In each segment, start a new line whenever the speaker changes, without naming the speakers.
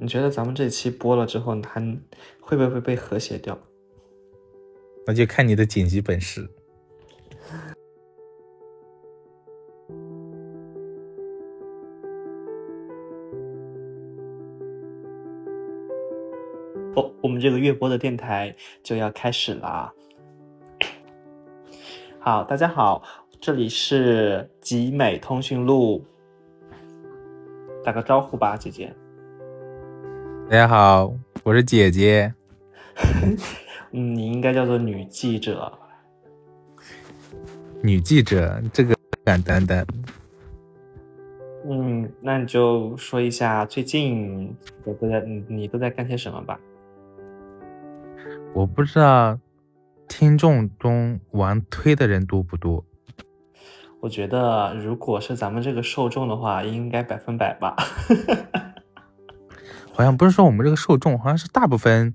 你觉得咱们这期播了之后，你还会不会被和谐掉？
那就看你的剪辑本事。
哦，我们这个月播的电台就要开始啦。好，大家好，这里是集美通讯录，打个招呼吧，姐姐。
大家好，我是姐姐。
嗯，你应该叫做女记者。
女记者，这个敢担当。
嗯，那你就说一下最近我都在你你都在干些什么吧。
我不知道听众中玩推的人多不多。
我觉得如果是咱们这个受众的话，应该百分百吧。
好像不是说我们这个受众，好像是大部分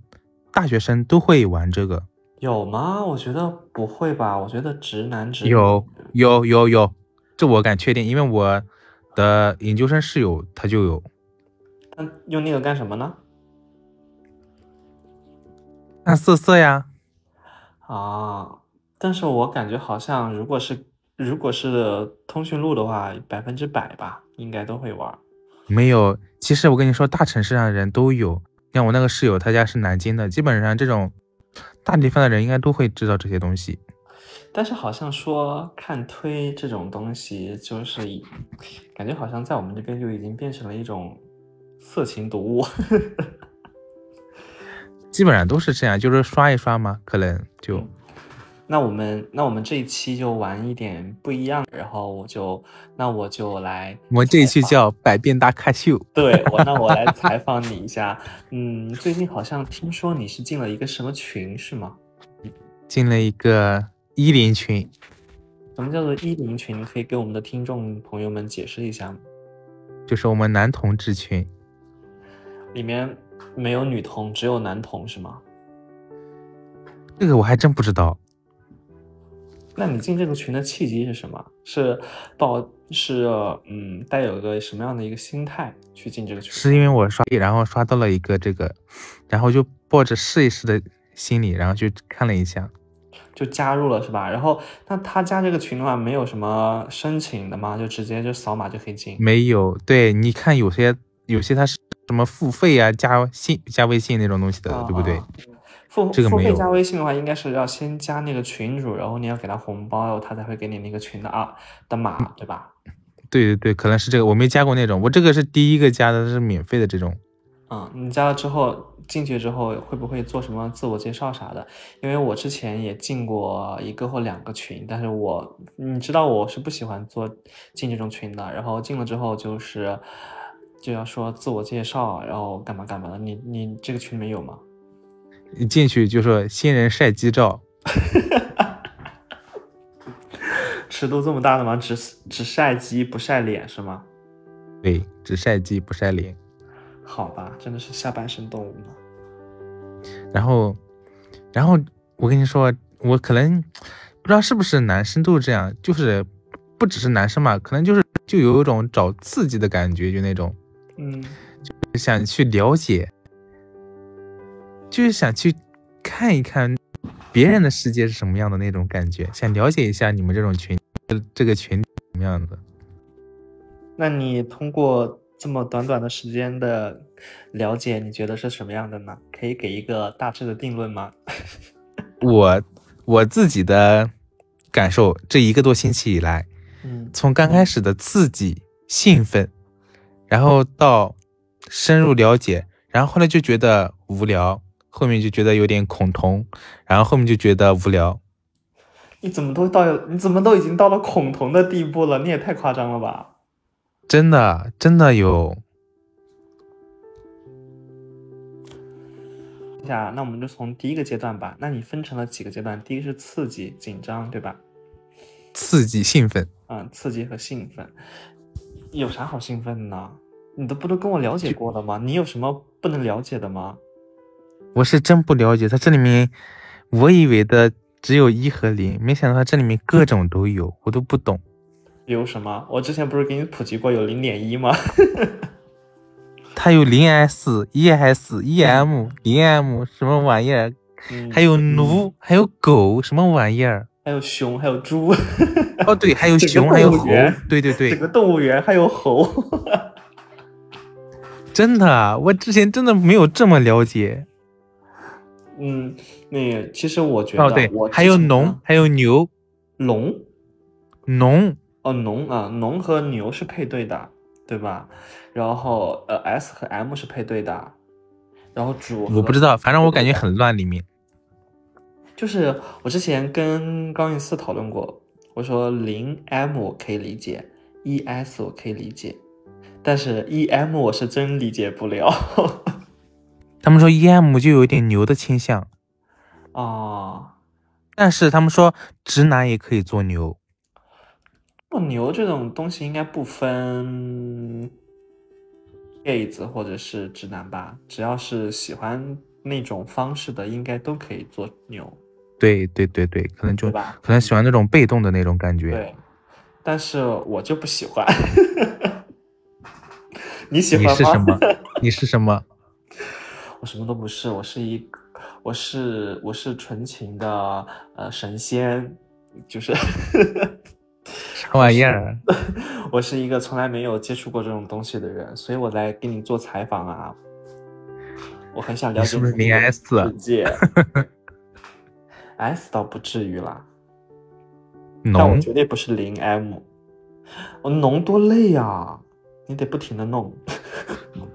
大学生都会玩这个。
有吗？我觉得不会吧。我觉得直男直女
有有有有，这我敢确定，因为我的研究生室友他就有。
那用那个干什么呢？
看瑟瑟呀，
啊，但是我感觉好像如果是如果是通讯录的话，百分之百吧，应该都会玩儿。
没有。其实我跟你说，大城市上的人都有。像我那个室友，他家是南京的，基本上这种大地方的人应该都会知道这些东西。
但是好像说看推这种东西，就是以感觉好像在我们这边就已经变成了一种色情读物。
基本上都是这样，就是刷一刷嘛，可能就
那我们那我们这一期就玩一点不一样的，然后我就那我就来
我们这一
采
期
访
叫百变大咖秀。
对我，那我来采访你一下。嗯，最近好像听说你是进了一个什么群是吗？
进了一个一零群，
什么叫做一零群？可以给我们的听众朋友们解释一下吗？
就是我们男同志群，
里面没有女同，只有男同是吗？
这个我还真不知道。
那你进这个群的契机是什么？是抱是嗯，带有一个什么样的一个心态去进这个群？
是因为我刷，然后刷到了一个这个，然后就抱着试一试的心理，然后去看了一下。
就加入了是吧？然后那他加这个群的话，没有什么申请的吗？就直接就扫码就可以进？
没有，对，你看有些有些它是什么付费啊，加信加微信那种东西的，
啊
对不对
啊？付
这个
付
没
费
有
加微信的话，应该是要先加那个群主，然后你要给他红包，他才会给你那个群的啊的
嗯
码，对吧？
对对对，可能是这个，我没加过那种，我这个是第一个加的，是免费的这种。
嗯，你加了之后进去之后会不会做什么自我介绍啥的？因为我之前也进过一个或两个群，但是我你知道我是不喜欢做进这种群的，然后进了之后就是就要说自我介绍，然后干嘛干嘛的。你你这个群里面有吗？
一进去就说新人晒鸡照，
尺度这么大的吗？只只晒鸡不晒脸是吗？
对，只晒鸡不晒脸。
好吧，真的是下半身动物呢。
然后，然后我跟你说，我可能不知道是不是男生都是这样，就是不只是男生嘛，可能就是就有一种找刺激的感觉，就那种
嗯，
想去了解，就是想去看一看别人的世界是什么样的那种感觉，想了解一下你们这种群这个群体是什么样的。
那你通过这么短短的时间的了解，你觉得是什么样的呢？可以给一个大致的定论吗？
我我自己的感受，这一个多星期以来，
嗯
从刚开始的刺激、兴奋，然后到深入了解，然后后来就觉得无聊，后面就觉得有点恐同，然后后面就觉得无聊。
你怎么都到，你怎么都已经到了恐同的地步了？你也太夸张了吧！
真的，真的有，
一下，那我们就从第一个阶段吧。那你分成了几个阶段？第一个是刺激、紧张，对吧？
刺激、兴奋。
嗯，刺激和兴奋，有啥好兴奋呢？你都不都跟我了解过了吗？你有什么不能了解的吗？
我是真不了解，它这里面我以为的只有一和零，没想到它这里面各种都有，我都不懂。
比如什么？我之前不是给你普及过有零点一吗？
它有零 S、ES、EM、零 M 什么玩意儿，
嗯
还有奴，还有狗，什么玩意儿？
还有熊，还有猪，
哦，对，还有
整个
熊，还有
动物
猴
园，
对对对
整，个动物园还有猴。
真的啊，我之前真的没有这么了解。
嗯，那个其实我觉得
哦，对
我，之
还有
前呢
农，还有牛，
龙
农，
哦，农啊，农和牛是配对的，对吧？然后呃，S 和 M 是配对的，然后主
我不知
道，
道，反正我感觉很乱，里面。
就是我之前跟高云四讨论过，我说零 M 我可以理解，E S 我可以理解，但是 E M 我是真理解不了
他们说 EM 就有点牛的倾向，
啊。
但是他们说直男也可以做牛。
做牛这种东西应该不分 gay 子或者是直男吧，只要是喜欢那种方式的，应该都可以做牛，
对对对对，可能就
对吧？
可能喜欢那种被动的那种感觉。
对，但是我就不喜欢。 你喜欢
你
吗？
是什么？你是什么？
我什么都不是，我是一个，我是我是纯情的呃神仙，就是。
啥玩意儿？
我是一个从来没有接触过这种东西的人，所以我来给你做采访啊。我很想了
你
解
是不是
你的
0S 啊
世界？S 倒不至于啦，但我
农
绝对不是零 M。我浓多累呀、你得不停的弄。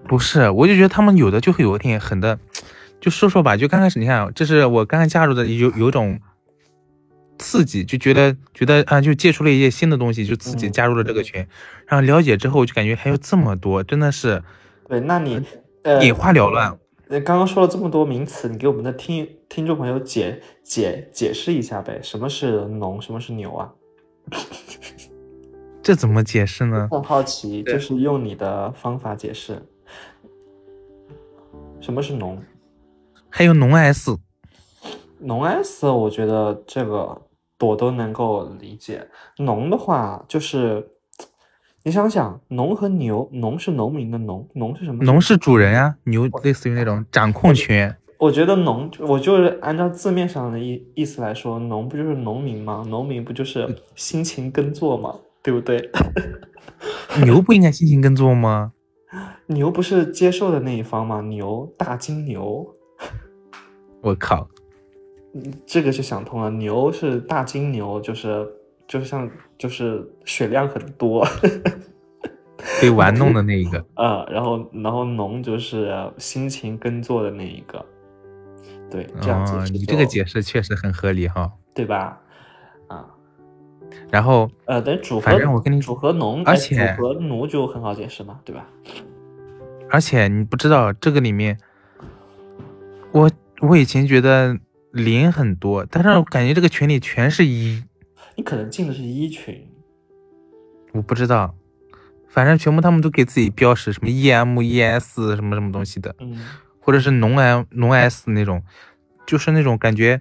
不是，我就觉得他们有的就会有点很的，就说说吧，就刚开始你看啊，这是我刚刚加入的有有种刺激，就觉得觉得啊，就接触了一些新的东西，就自己
嗯
加入了这个群，然后了解之后就感觉还有这么多，真的是
对，那你呃，
眼花缭乱。
呃刚刚说了这么多名词，你给我们的听听众朋友解解解释一下呗，什么是浓，什么是牛啊？
这怎么解释呢？
很好奇，
对
就是用你的方法解释，什么是浓
还有浓 S，
浓 S，我觉得这个我都能够理解。浓的话，就是你想想，浓和牛，浓是农民的农，农是什么？
农是主人啊，牛类似于那种掌控权。
我觉得农，我就是按照字面上的意意思来说，农不就是农民吗？农民不就是辛勤耕作吗？对不对？
牛不应该辛勤耕作吗？
牛不是接受的那一方吗？牛，大金牛，
我靠，
这个就想通了，牛是大金牛，就是就是像就是血量很多，
被玩弄的那一个。
呃，然后然后农就是辛勤耕作的那一个，对，这样解
哦
释、，
你 这个解释确实很合理哈。
对吧？啊，
然后
呃，等主和
反正我跟你
主和农，
而
哎
且
主和奴就很好解释嘛，对吧？
而且你不知道这个里面，我我以前觉得零很多，但是我感觉这个群里全是一，
你可能进的是一群，
我不知道，反正全部他们都给自己标识什么 E EM、ES 什么什么东西的，
嗯，
或者是农 M、农 S 那种，就是那种感觉，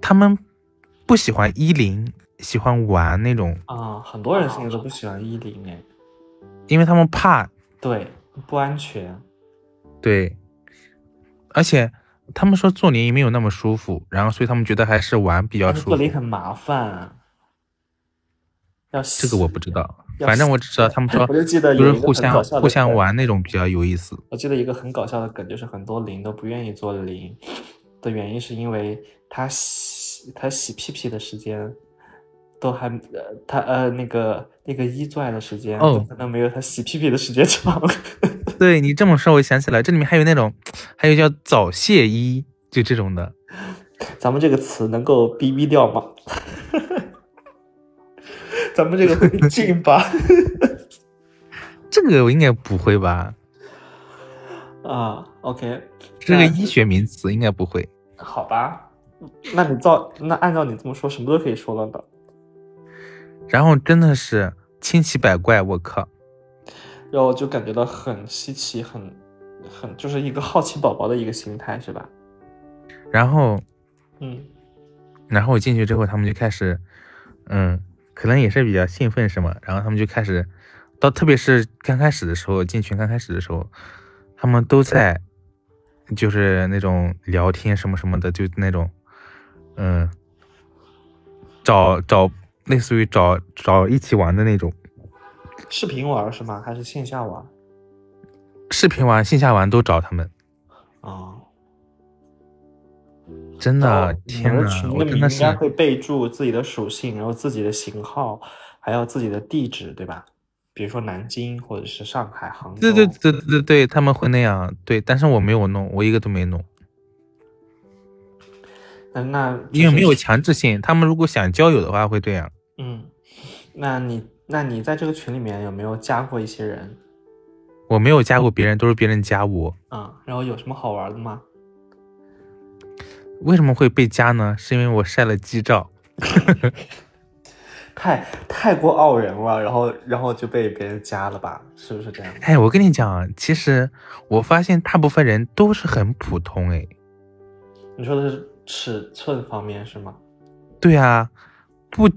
他们不喜欢一零，喜欢玩那种，
啊，很多人现在都不喜欢一零哎，
因为他们怕
对，不安全，
对，而且他们说做零也没有那么舒服，然后所以他们觉得还是玩比较
但是
舒
做
服
零。很麻烦、啊，要
这个我不知道，
要
反正我只知道他们说
我就记得
啊就
有
是
一个
互
很搞
相
笑的
互相
梗
玩那种比较有意思。
我记得一个很搞笑的梗，就是很多零都不愿意做零的原因，是因为他洗他洗屁屁的时间都还呃他呃那个那个一做爱的时间，
哦
可能没有他洗屁屁的时间长。
对你这么说，我想起来，这里面还有那种，还有叫早泄衣，就这种的。
咱们这个词能够逼逼掉吗？ 咱们这个会被禁吧？
这个我应该不会吧？
啊，OK，
这个
那
医学名词应该不会。
好吧，那你照那按照你这么说，什么都可以说了的。
然后真的是千奇百怪，我靠！
然后就感觉到很稀奇，很很就是一个好奇宝宝的一个心态，是吧？
然后
嗯，
然后我进去之后，他们就开始，嗯，可能也是比较兴奋什么，然后他们就开始到特别是刚开始的时候，进群刚开始的时候，他们都在就是那种聊天什么什么的，就那种嗯，找找类似于找找一起玩的那种
视频玩儿是吗？还是线下玩儿？
视频玩、线下玩都找他们，
啊、
真的
哦
天
你们
呐，
群
我
的
真
名
的
应
是
该会备注自己的属性，然后自己的型号，还有自己的地址，对吧？比如说南京或者是上海、杭州。
对对对对对对，他们会那样对，但是我没有弄，我一个都没弄。
那嗯那
因
就是
为没有强制性，他们如果想交友的话会这样。
嗯，那你那你在这个群里面有没有加过一些人
我没有加过别人，都是别人加我。
啊、然后有什么好玩的吗？
为什么会被加呢？是因为我晒了鸡照。
太太过傲人了，然后然后就被别人加了吧？是不是这样？
哎，我跟你讲啊，其实我发现大部分人都是很普通。哎，
你说的是尺寸方面是吗？
对啊，不，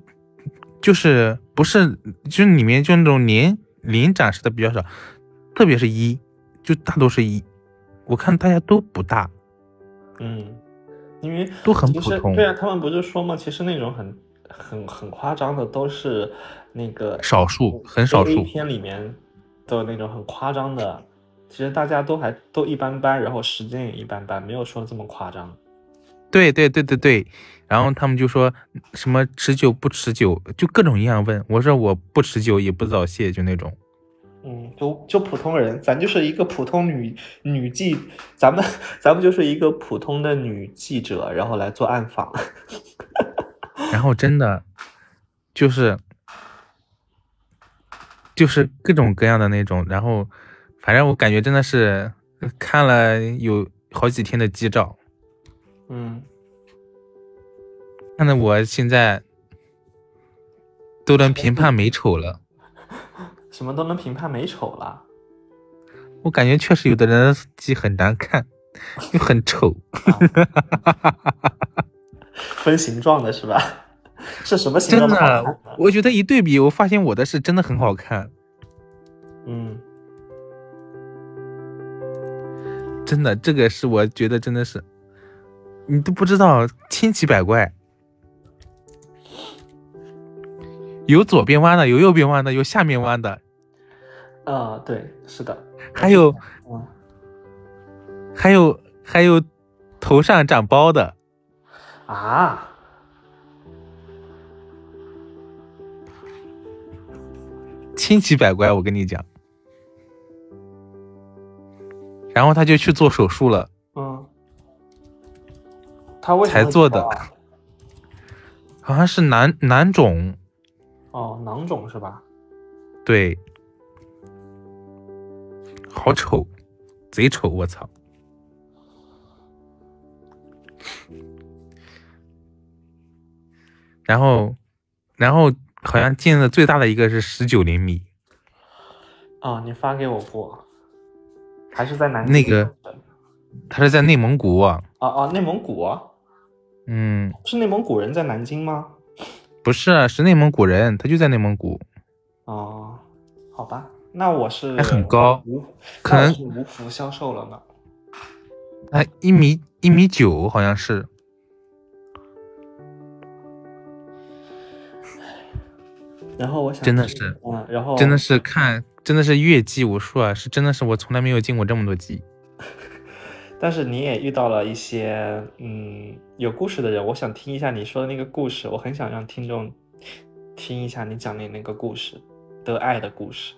就是不是，就是里面就那种零零展示的比较少，特别是一，就大多是一。我看大家都不大，
嗯，因为
都很
其
普
实
通
对啊，他们不是说吗？其实那种很很很夸张的都是那个
少数，很少
A
数。
片里面的那种很夸张的，其实大家都还都一般般，然后时间也一般般，没有说这么夸张。
对对对对对，然后他们就说什么持久不持久，就各种一样问。我说我不持久也不早泄，就那种。
嗯，就就普通人，咱就是一个普通女女记，咱们咱们就是一个普通的女记者，然后来做暗访。
然后真的就是就是各种各样的那种。然后反正我感觉真的是看了有好几天的鸡照，
嗯，
看得我现在都能评判美丑了。
什么都能评判美丑了。
我感觉确实有的人的鸡很难看，又很丑。
分形状的是吧？ 是什么形
真
状好
的啊
看呢，
我觉得一对比，我发现我的是真的很好看，
嗯，
真的，这个是我觉得真的是，你都不知道千奇百怪，有左边弯的，有右边弯的，有下面弯的，
啊，对，是的，
还有
嗯，
还有还有头上长包的，
啊，
千奇百怪，我跟你讲。然后他就去做手术了，
嗯，他为什么
才
会
做
知道
的
啊
好像是囊囊肿，
哦，囊肿是吧？
对，好丑，贼丑，我操！然后，然后好像进的最大的一个是十九厘米，
啊，你发给我过，还是在南京
那个
做的
他是在内蒙古、啊，
啊啊，内蒙古啊
嗯，
是内蒙古人在南京吗？
不是啊，是内蒙古人，他就在内蒙古，
哦，好吧，那我是
还很高
无，
可
那我
能
是无福消受了呢。
他哎一米一米九，好像是，
然后我想
真的
听
是，
嗯，然后
真的是看，真的是越级无数啊，是真的是我从来没有进过这么多级。
但是你也遇到了一些嗯有故事的人，我想听一下你说的那个故事，我很想让听众听一下你讲的那个故事，得爱的故事。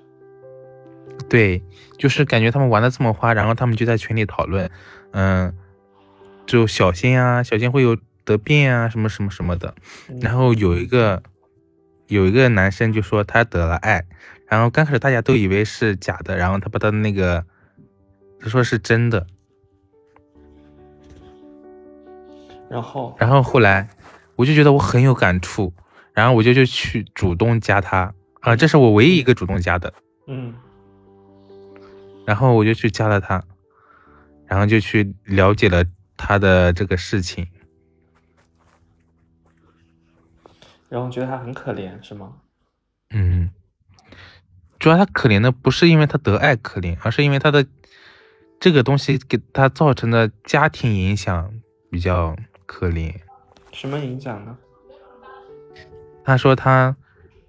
对，就是感觉他们玩的这么花，然后他们就在群里讨论，嗯，就小心啊，小心会有得病啊，什么什么什么的。
嗯
然后有一个有一个男生就说他得了癌，然后刚开始大家都以为是假的，然后他把他的那个他说是真的，
然后
然后后来我就觉得我很有感触，然后我就就去主动加他啊，这是我唯一一个主动加的，
嗯
然后我就去加了他，然后就去了解了他的这个事情。
然后觉得他很可怜是吗？
嗯，主要他可怜的不是因为他得爱可怜，而是因为他的这个东西给他造成的家庭影响比较可怜。
什么影响呢？
他说他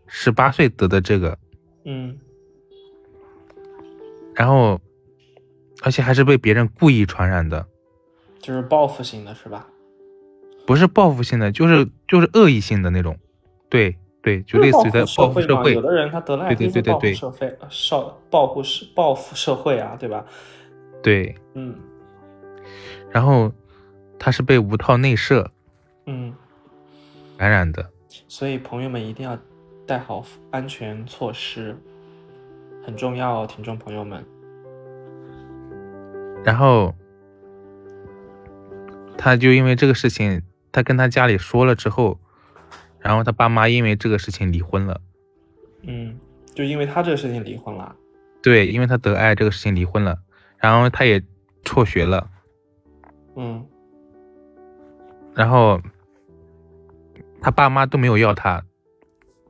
十八岁得的这个，
嗯，
然后而且还是被别人故意传染的，
就是报复性的是吧？
不是报复性的，就是就是恶意性的那种。对对，就类似于在
就是
报
报复
复社
社会嘛，
会
有。的人他得了癌
对
症
对对对
是报复社会，呃少报复社报复社会啊，对吧？
对，
嗯
然后他是被无套内射
嗯，
感染的。
所以朋友们一定要带好安全措施，很重要哦，听众朋友们。
然后他就因为这个事情，他跟他家里说了之后，然后他爸妈因为这个事情离婚了。
嗯，就因为他这个事情离婚了。
对，因为他得癌这个事情离婚了，然后他也辍学了，
嗯
然后他爸妈都没有要他，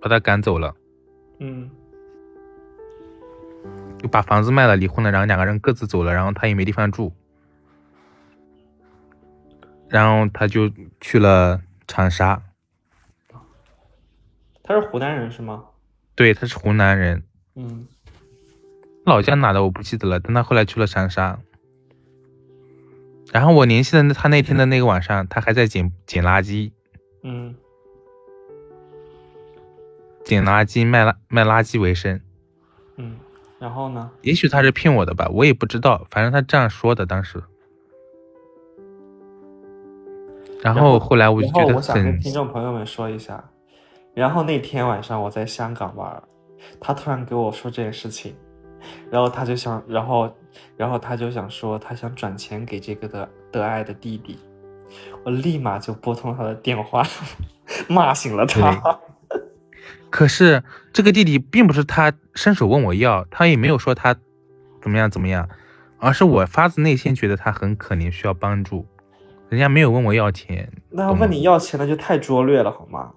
把他赶走了，
嗯
就把房子卖了，离婚了，然后两个人各自走了，然后他也没地方住，然后他就去了长沙。
他是湖南人是吗？
对，他是湖南人，
嗯
老家哪的我不记得了，但他后来去了长沙。然后我联系的那他那天的那个晚上，他还在捡捡垃圾，
嗯，
捡垃圾卖垃卖垃圾为生。
嗯，然后呢？
也许他是骗我的吧，我也不知道，反正他这样说的当时。
然
然
后
后后来我就
然
觉
后
得
我想跟
很
听众朋友们说一下，然后那天晚上我在香港玩儿，他突然给我说这件事情，然后他就想，然后然后他就想说他想转钱给这个得得爱的弟弟，我立马就拨通了他的电话， 骂醒了他。
可是这个弟弟并不是他伸手问我要，他也没有说他怎么样怎么样，而是我发自内心觉得他很可怜，需要帮助。人家没有问我要钱，
那问你要钱那就太拙劣了好吗？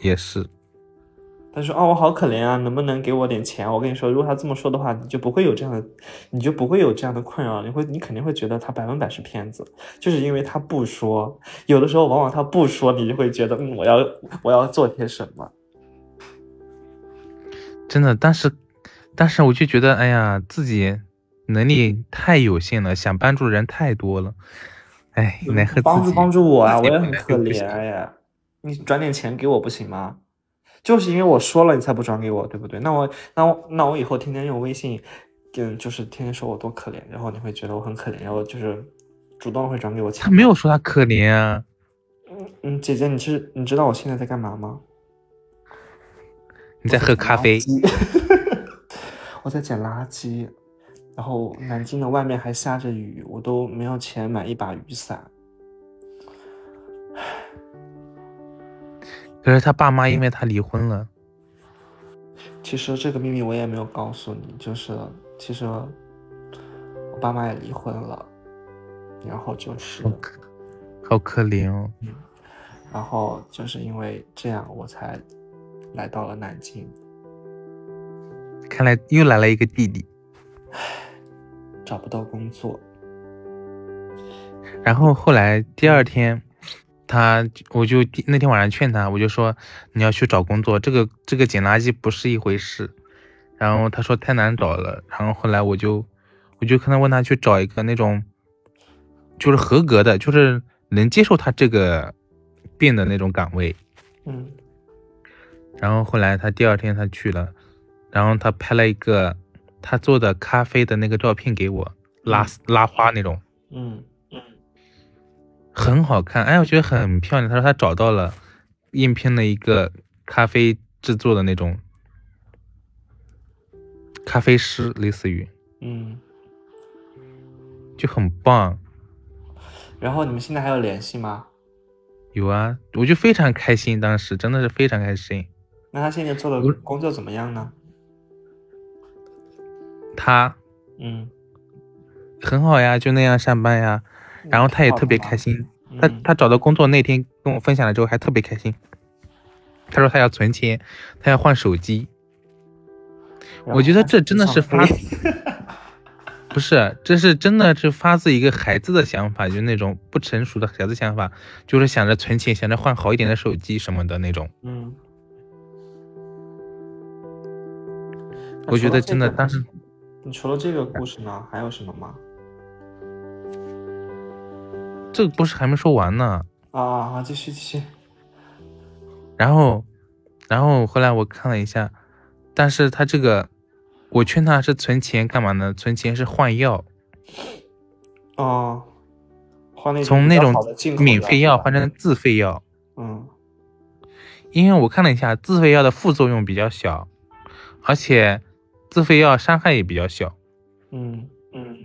也是。
他说：“啊，我好可怜啊，能不能给我点钱？”啊我跟你说，如果他这么说的话，你就不会有这样的，你就不会有这样的困扰，你会，你肯定会觉得他百分百是骗子，就是因为他不说。有的时候，往往他不说，你就会觉得，嗯，我要，我要做些什么。
真的，当时，当时我就觉得，哎呀，自己能力太有限了，想帮助的人太多了，哎，奈何
帮
自
助
己
帮助我啊，
自
我也
己本
很
来
可
就不
怜
行
呀。你转点钱给我不行吗？就是因为我说了，你才不转给我，对不对？那我那我那我以后天天用微信，嗯，就是天天说我多可怜，然后你会觉得我很可怜，然后就是主动会转给我钱。
他没有说他可怜啊，
嗯，姐姐，你知你知道我现在在干嘛吗？
你在喝咖 啡，
嗯我在捡垃圾，然后南京的外面还下着雨，我都没有钱买一把雨伞。
可是他爸妈因为他离婚了，
其实这个秘密我也没有告诉你，就是其实我爸妈也离婚了，然后就是
好可，好可怜哦。
然后就是因为这样我才来到了南京，
看来又来了一个弟弟，
找不到工作。
然后后来第二天，他我就那天晚上劝他，我就说你要去找工作，这个这个捡垃圾不是一回事。然后他说太难找了，然后后来我就我就跟他问他去找一个那种就是合格的，就是能接受他这个病的那种岗位。
嗯
然后后来他第二天他去了，然后他拍了一个他做的咖啡的那个照片给我，拉丝拉花那种。
嗯，
很好看，哎，我觉得很漂亮。他说他找到了应聘的一个咖啡制作的那种咖啡师，类似于
嗯。
就很棒。
然后你们现在还有联系吗？
有啊，我就非常开心，当时真的是非常开心。
那他现在做
我
的工作怎么样呢？
他
嗯，
很好呀，就那样上班呀，然后他也特别开心。
嗯。
他他找到工作那天跟我分享了之后，还特别开心。他说他要存钱，他要换手机，
然
我觉得
后
这真的
上
是发
飞
不是，这是真的是发自一个孩子的想法，就是那种不成熟的孩子想法，就是想着存钱，想着换好一点的手机什么的那种。
嗯，那
我觉
除
得
了这
真的
个
当时，
你除了这个故事呢，还有什么吗？
这个故事还没说完呢。
啊啊，啊继续继续，
然后，然后后来我看了一下，但是他这个，我劝他是存钱干嘛呢？存钱是换药，
哦，换那
从
比
那
较
种
好的进口
免
的
费药换成自费药，
嗯
因为我看了一下，自费药的副作用比较小，而且自费药伤害也比较小。
嗯嗯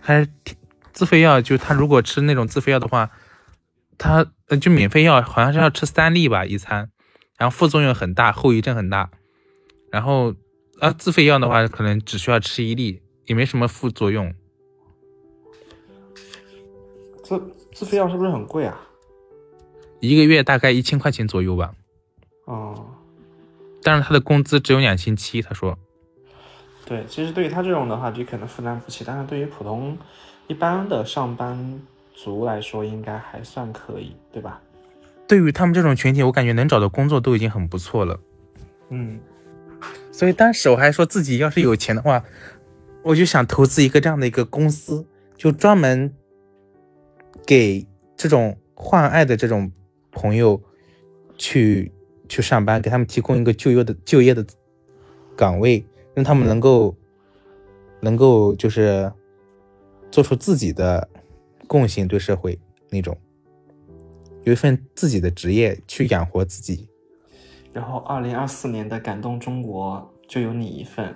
还是挺自费药，就是他如果吃那种自费药的话，他呃就免费药好像是要吃三粒吧一餐，然后副作用很大，后遗症很大。然后啊自费药的话，可能只需要吃一粒，也没什么副作用。
自自费药是不是很贵啊？
一个月大概一千块钱左右吧，
哦，
但是他的工资只有两千七，他说。
对，其实对于他这种的话，就可能负担不起，但是对于普通一般的上班族来说，应该还算可以，对吧？
对于他们这种群体，我感觉能找到工作都已经很不错了。
嗯
所以当时我还说自己要是有钱的话，我就想投资一个这样的一个公司，就专门给这种患爱的这种朋友去去上班，给他们提供一个就业的就业的岗位，让他们能够能够就是做出自己的贡献对社会那种，有一份自己的职业去养活自己。
然后二零二四年的感动中国就有你一份，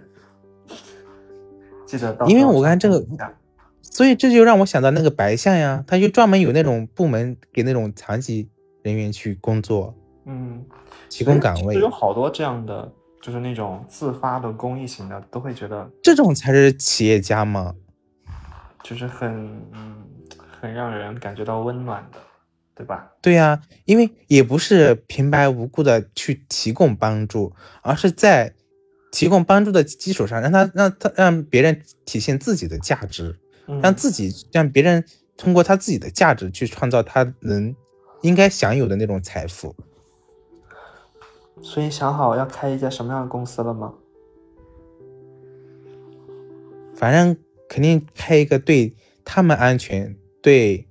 记得到时候
因为我看这个
上一下
所以这就让我想到那个白象呀，他就专门有那种部门给那种残疾人员去工作，
嗯，
提供岗位
就，有好多这样的，就是那种自发的公益型的，都会觉得
这种才是企业家嘛。
就是很嗯很让人感觉到温暖的，对吧？
对呀、因为也不是平白无故的去提供帮助，而是在提供帮助的基础上，让他让他让别人体现自己的价值，
嗯，
让自己让别人通过他自己的价值去创造他人应该享有的那种财富。
所以想好要开一家什么样的公司了吗？
反正肯定开一个对他们安全、对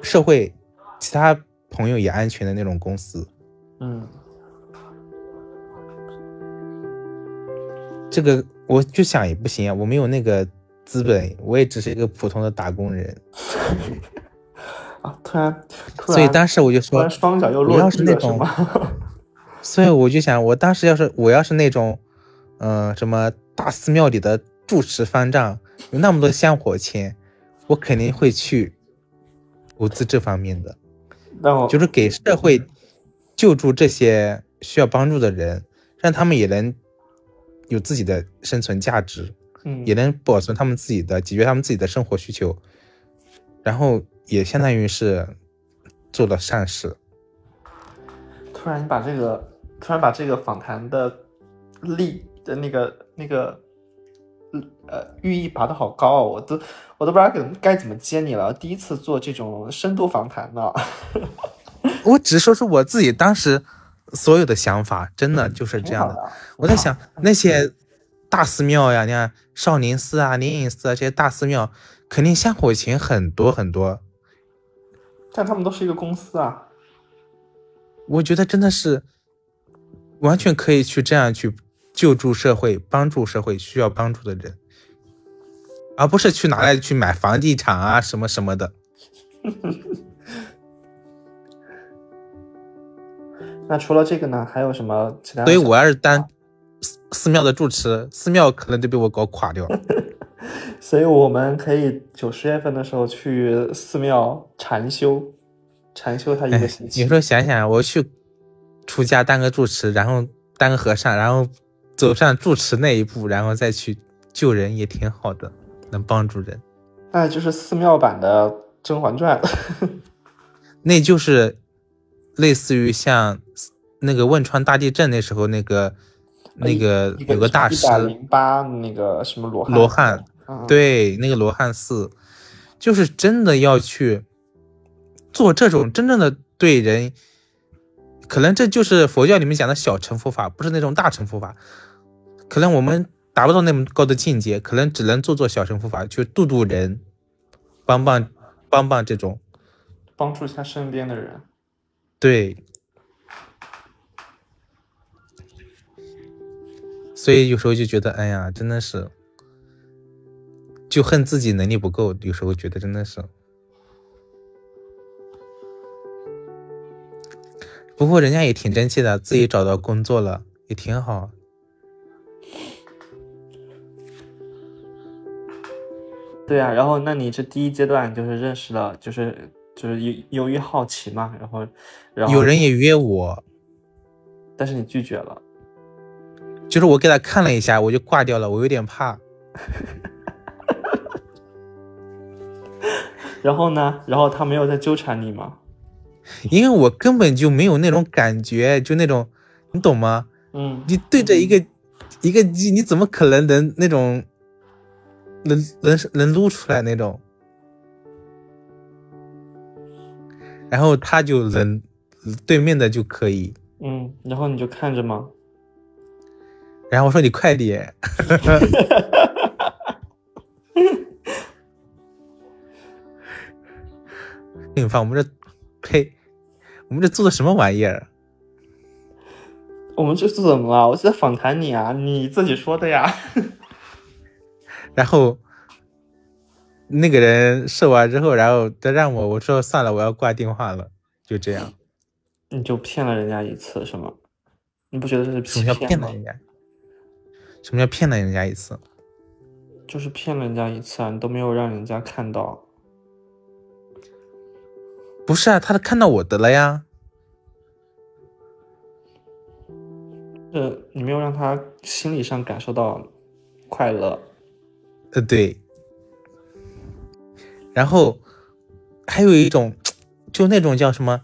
社会其他朋友也安全的那种公司。
嗯，
这个我就想也不行啊，我没有那个资本，我也只是一个普通的打工人，
啊，突然突然，
所以当时我就
突
说
然，双脚又
我
落
要
地
是那
了
种
吗？
所以我就想，我当时要是我要是那种，呃，什么大寺庙里的住持方丈，有那么多香火钱，我肯定会去投资这方面的。
那我
就是给社会救助这些需要帮助的人，让他们也能有自己的生存价值，
嗯
也能保存他们自己的，解决他们自己的生活需求，然后也相当于是做了善事。
突然你把这个，突然把这个访谈的力的那个那个，呃，寓意拔得好高啊！我都我都不知道怎么该怎么接你了。第一次做这种深度访谈呢，
我只说出我自己当时所有的想法，真的就是这
挺
样
好啊
的。
的。
我在想那些大寺庙呀，你看少林寺啊、灵隐寺啊这些大寺庙，肯定香火钱很多很多。
但他们都是一个公司啊，
我觉得真的是完全可以去这样去救助社会、帮助社会需要帮助的人，而不是去拿来去买房地产啊什么什么的。
那除了这个呢，还有什么其他的
所以
想？
我要是当寺寺庙的住持，寺庙可能都被我搞垮掉。
所以我们可以九十月份的时候去寺庙禅修，禅修它一个
哎
星，期
有时。候想想，我去出家当个住持，然后当个和尚，然后走上住持那一步，然后再去救人也挺好的，能帮助人。
那哎就是寺庙版的《甄嬛传》
那就是类似于像那个汶川大地震那时候，那个那呃个有个大啊 师
一百零八那个什么罗汉
罗汉，
嗯，
对，那个罗汉寺，就是真的要去做这种真正的对人，可能这就是佛教里面讲的小乘佛法，不是那种大乘佛法。可能我们达不到那么高的境界，可能只能做做小乘佛法，去度度人，帮帮帮帮这种。
帮助一下身边的人。
对，所以有时候就觉得，哎呀，真的是，就恨自己能力不够。有时候觉得真的是。不过人家也挺争气的，自己找到工作了，也挺好。
对啊，然后那你这第一阶段就是认识了，就是就是由由于好奇嘛，然后然后
有，人也约我，
但是你拒绝了，
就是我给他看了一下，我就挂掉了，我有点怕。
然后呢，然后他没有再纠缠你吗？
因为我根本就没有那种感觉，就那种，你懂吗？
嗯，
你对着一个一个鸡，你怎么可能能那种能能能撸出来那种？然后他就能对面的就可以，
嗯，然后你就看着吗？
然后我说你快点， 你发我们这呸，我们这做的什么玩意儿？
我们这是怎么了？我是在访谈你啊，你自己说的呀。
然后那个人射完之后，然后他让我，我说算了，我要挂电话了，就这样。
你就骗了人家一次是吗？你不觉得这是
什
欺
么叫骗
吗
了？人家？什么叫骗了人家一次？
就是骗了人家一次啊，你都没有让人家看到。
不是啊，他看到我的了呀。
呃，你没有让他心理上感受到快乐。
呃，对。然后还有一种，就那种叫什么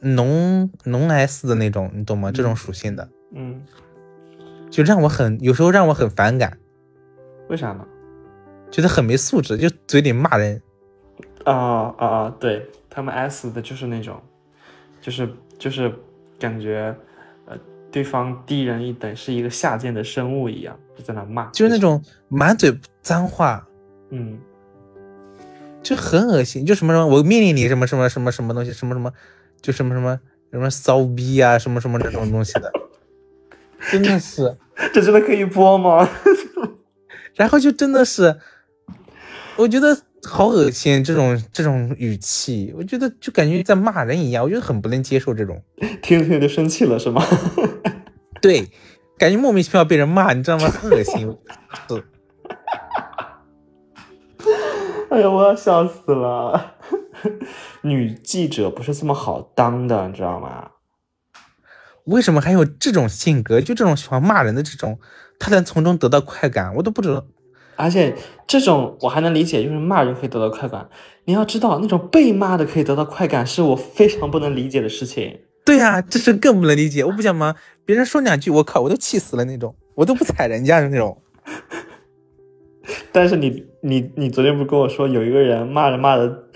浓浓 S 的那种，你懂吗？这种属性的，
嗯，
就让我很有时候让我很反感，
为啥呢？
觉得很没素质，就嘴里骂人。
啊啊啊！对他们 S 的就是那种，就是就是感觉，呃，对方低人一等，是一个下贱的生物一样，就在那骂，
就是那种满嘴脏话，
嗯，
就很恶心，就什么什么，我命令你什么什么什么什么东西，什么什么，就什么什么什么骚逼啊，什么什么这种东西的，真的是，
这真的可以播吗？
然后就真的是，我觉得好恶心，这种这种语气，我觉得就感觉在骂人一样，我觉得很不能接受这种，
听着听着就生气了是吗？
对，感觉莫名其妙被人骂，你知道吗？很恶心，是，
哎呀，我要笑死了！ 女记者不是这么好当的，你知道吗？
为什么还有这种性格，就这种喜欢骂人的这种，他能从中得到快感，我都不知道。
而且这种我还能理解，就是骂人可以得到快感。你要知道，那种被骂的可以得到快感，是我非常不能理解的事情。
对呀、这是更不能理解。我不想吗？别人说两句，我靠，我都气死了那种，我都不踩人家的那种。
但是你你你昨天不跟我说，有一个人骂着骂着，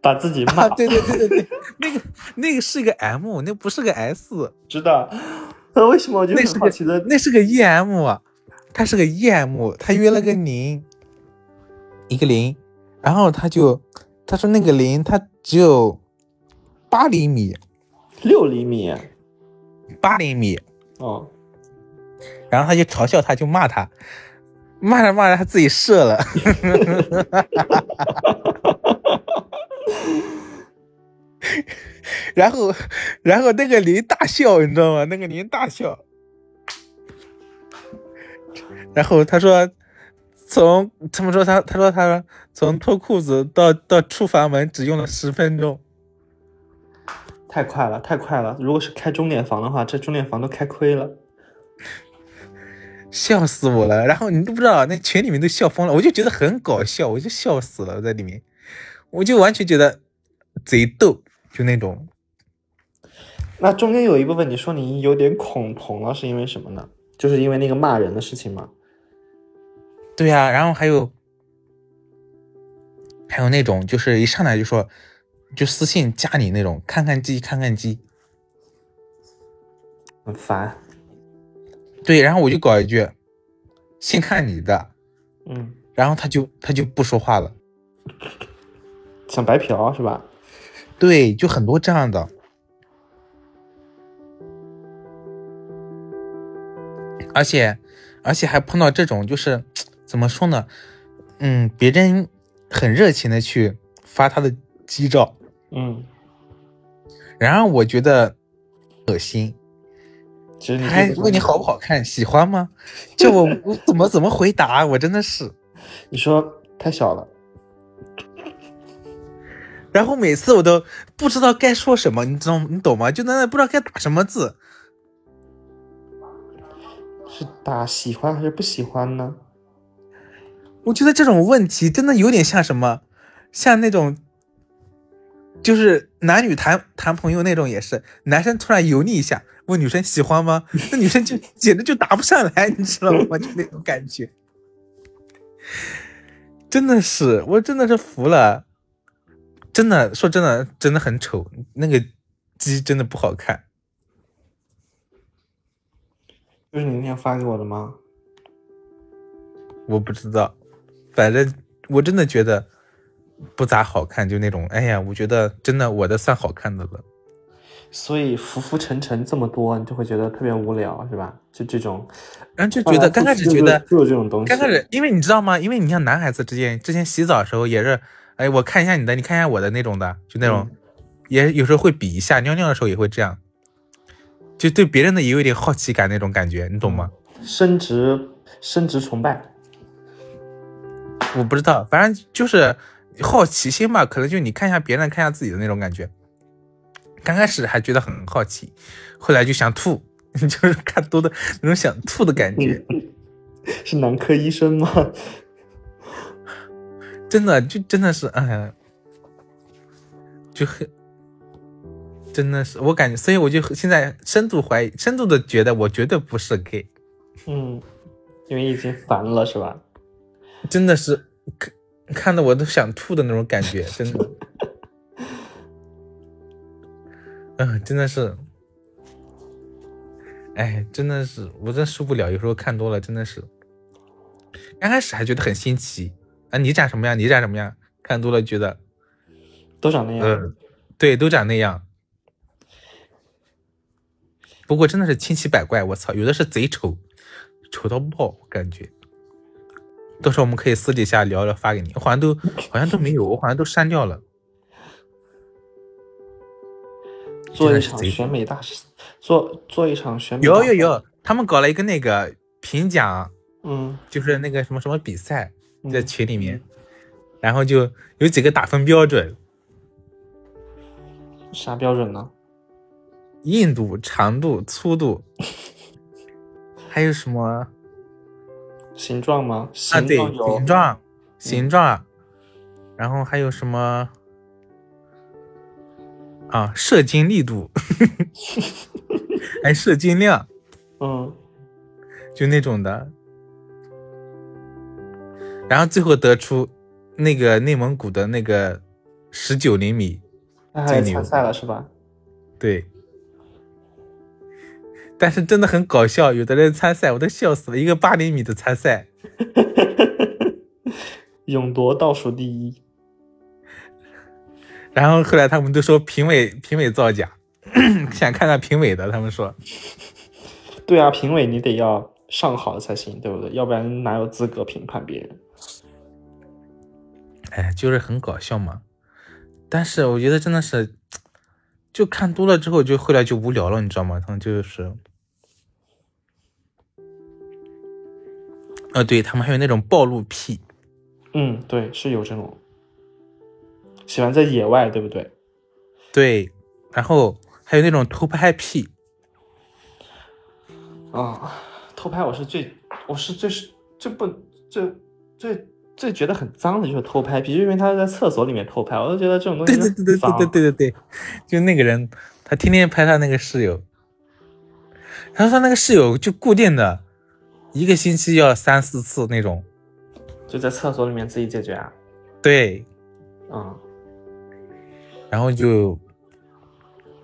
把自己 骂
啊，对对对对对，那个那个是个 M，那不是个 S，
知道？那为什么我就
那是
很
个
好奇的？
那是个 EM，他是个 EM，他约了个零，一个零，然后他就他说那个零他只有八厘米，
六厘米
八厘米，
哦，
然后他就嘲笑他，就骂他，骂着骂着他自己射了。 然后，然后那个林大笑，你知道吗？那个林大笑。然后他说，从他们说他，他说他说从脱裤子到到出房门只用了十分钟。
太快了，太快了！如果是开钟点房的话，这钟点房都开亏了。
笑死我了！然后你都不知道，那群里面都笑疯了，我就觉得很搞笑，我就笑死了在里面，我就完全觉得贼逗，就那种。
那中间有一部分你说你有点恐同了，是因为什么呢？就是因为那个骂人的事情吗？
对呀、然后还有还有那种就是一上来就说就私信加你那种，看看鸡看看鸡，
很烦。
对，然后我就搞一句，先看你的，
嗯，
然后他就他就不说话了。
想白嫖是吧？
对，就很多这样的。而且，而且还碰到这种，就是怎么说呢？嗯，别人很热情的去发他的鸡照，
嗯，
然后我觉得
其实你
还
并不
问你好不好看，喜欢吗？就我我怎么怎么回答？我真的是。
你说太小了，
然后每次我都不知道该说什么，你知道你懂吗？就在那不知道该打什么字。
是打喜欢还是不喜欢呢？
我觉得这种问题真的有点像什么，像那种，就是男女谈谈朋友那种，也是男生突然油腻一下，问女生喜欢吗？那女生就简直就答不上来，你知道吗？就那种感觉，真的是，我真的是服了，真的说真的，真的很丑，那个鸡真的不好看。
就是你那天发给我的吗？
我不知道，反正我真的觉得不咋好看，就那种，哎呀，我觉得真的我的算好看的了。
所以浮浮沉沉这么多，你就会觉得特别无聊，是吧？就这种，
然后就觉得刚开始觉得，
啊就有这种东西，
刚开始，因为你知道吗？因为你像男孩子之间之前洗澡的时候也是，哎，我看一下你的，你看一下我的那种的，就那种，
嗯
也有时候会比一下，尿尿的时候也会这样，就对别人的也有一点好奇感那种感觉，你懂吗？
升职升职崇拜，
我不知道，反正就是好奇心吧，可能就你看一下别人，看一下自己的那种感觉。刚开始还觉得很好奇，后来就想吐， 就是看多的那种想吐的感觉。
是男科医生吗？
真的就真的是，哎呀，就很，真的是，我感觉，所以我就现在深度怀疑，深度的觉得我绝对不是 gay，
嗯，因为已经烦了，是吧？
真的是看看的我都想吐的那种感觉，真的，嗯、真的是，哎，真的是，我真受不了，有时候看多了真的是，刚开始还觉得很新奇，啊，你长什么样，你长什么样，看多了觉得，
都长那样。
嗯，对，都长那样。不过真的是千奇百怪，我操，有的是贼丑，丑到爆，我感觉。到时候我们可以私底下聊聊，发给你。我好像都好像都没有，我好像都删掉了。
做
真
一
的是
场
贼
选美大师，做做一场选美大
有
会
有，有，他们搞了一个那个评奖，
嗯，
就是那个什么什么比赛，
嗯
在群里面，然后就有几个打分标准：
啥标准呢？
硬度、长度、粗度，还有什么？
形状吗？
啊，
形
对，
状有嗯
形状，形状，啊然后还有什么？啊，射精力度， 还射精量，
嗯，
就那种的。然后最后得出那个内蒙古的那个十九厘米，
那还
最牛
哎参赛了是吧？
对。但是真的很搞笑，有的人参赛我都笑死了，一个八厘米的参赛，
勇夺倒数第一，
然后后来他们都说评委评委造假， 想看看评委的，他们说
对啊，评委你得要上好才行，对不对？要不然哪有资格评判别人？
哎，就是很搞笑嘛。但是我觉得真的是，就看多了之后，就后来就无聊了，你知道吗？他们就是，呃，对他们还有那种暴露癖，
嗯，对，是有这种喜欢在野外，对不对？
对，然后还有那种偷拍癖，
啊，偷拍我是最，我是最是最不最最最觉得很脏的就是偷拍，比如因为他在厕所里面偷拍，我就觉得这种东西
对对对对
很脏
对对对对，就那个人，他他天天拍他那个室友，他说他那个室友就固定的，一个星期要三四次那种。
就在厕所里面自己解决啊。
对，
嗯，
然后就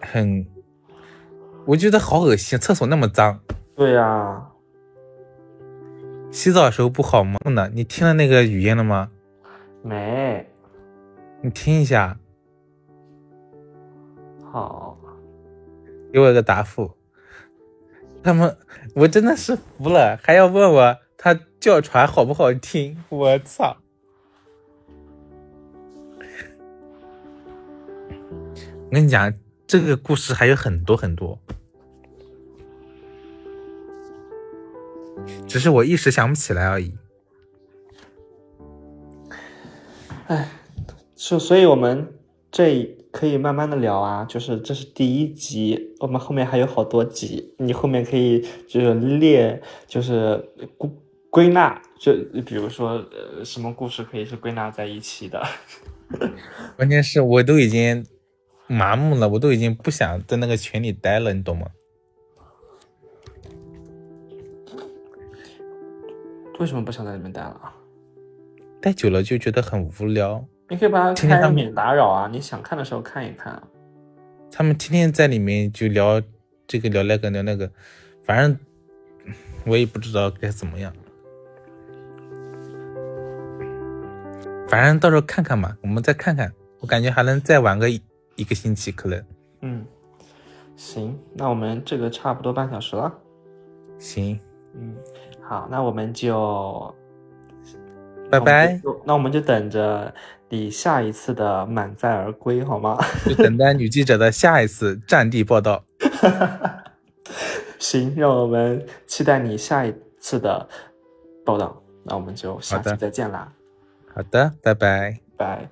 很，我觉得好恶心，厕所那么脏，
对啊呀、
洗澡的时候不好梦的。你听了那个语音了吗？
没
你听一下，
好，
给我个答复。他们，我真的是服了，还要问我他叫船好不好听？我操！我跟你讲，这个故事还有很多很多，只是我一时想不起来而已。
是，所以我们这可以慢慢的聊啊，就是这是第一集，我们后面还有好多集，你后面可以就是列，就是归归纳，就比如说呃什么故事可以是归纳在一起的，
关键是我都已经麻木了，我都已经不想在那个群里待了，你懂吗？
为什么不想在里面待了啊？
待久了就觉得很无聊。
你可以把它
今天
开
他们
免打扰啊，你想看的时候看一看啊。
他们天天在里面就聊这个聊那个聊那个，反正我也不知道该怎么样。反正到时候看看吧，我们再看看。我感觉还能再玩个一一个星期，可能
嗯，行，那我们这个差不多半小时了。
行。
嗯，好，那我们就
拜拜，
那我们就那我们就等着你下一次的满载而归，好吗？
就等待女记者的下一次战地报道。
行，让我们期待你下一次的报道。那我们就下
好的
期再见啦，
好的，拜拜。
拜。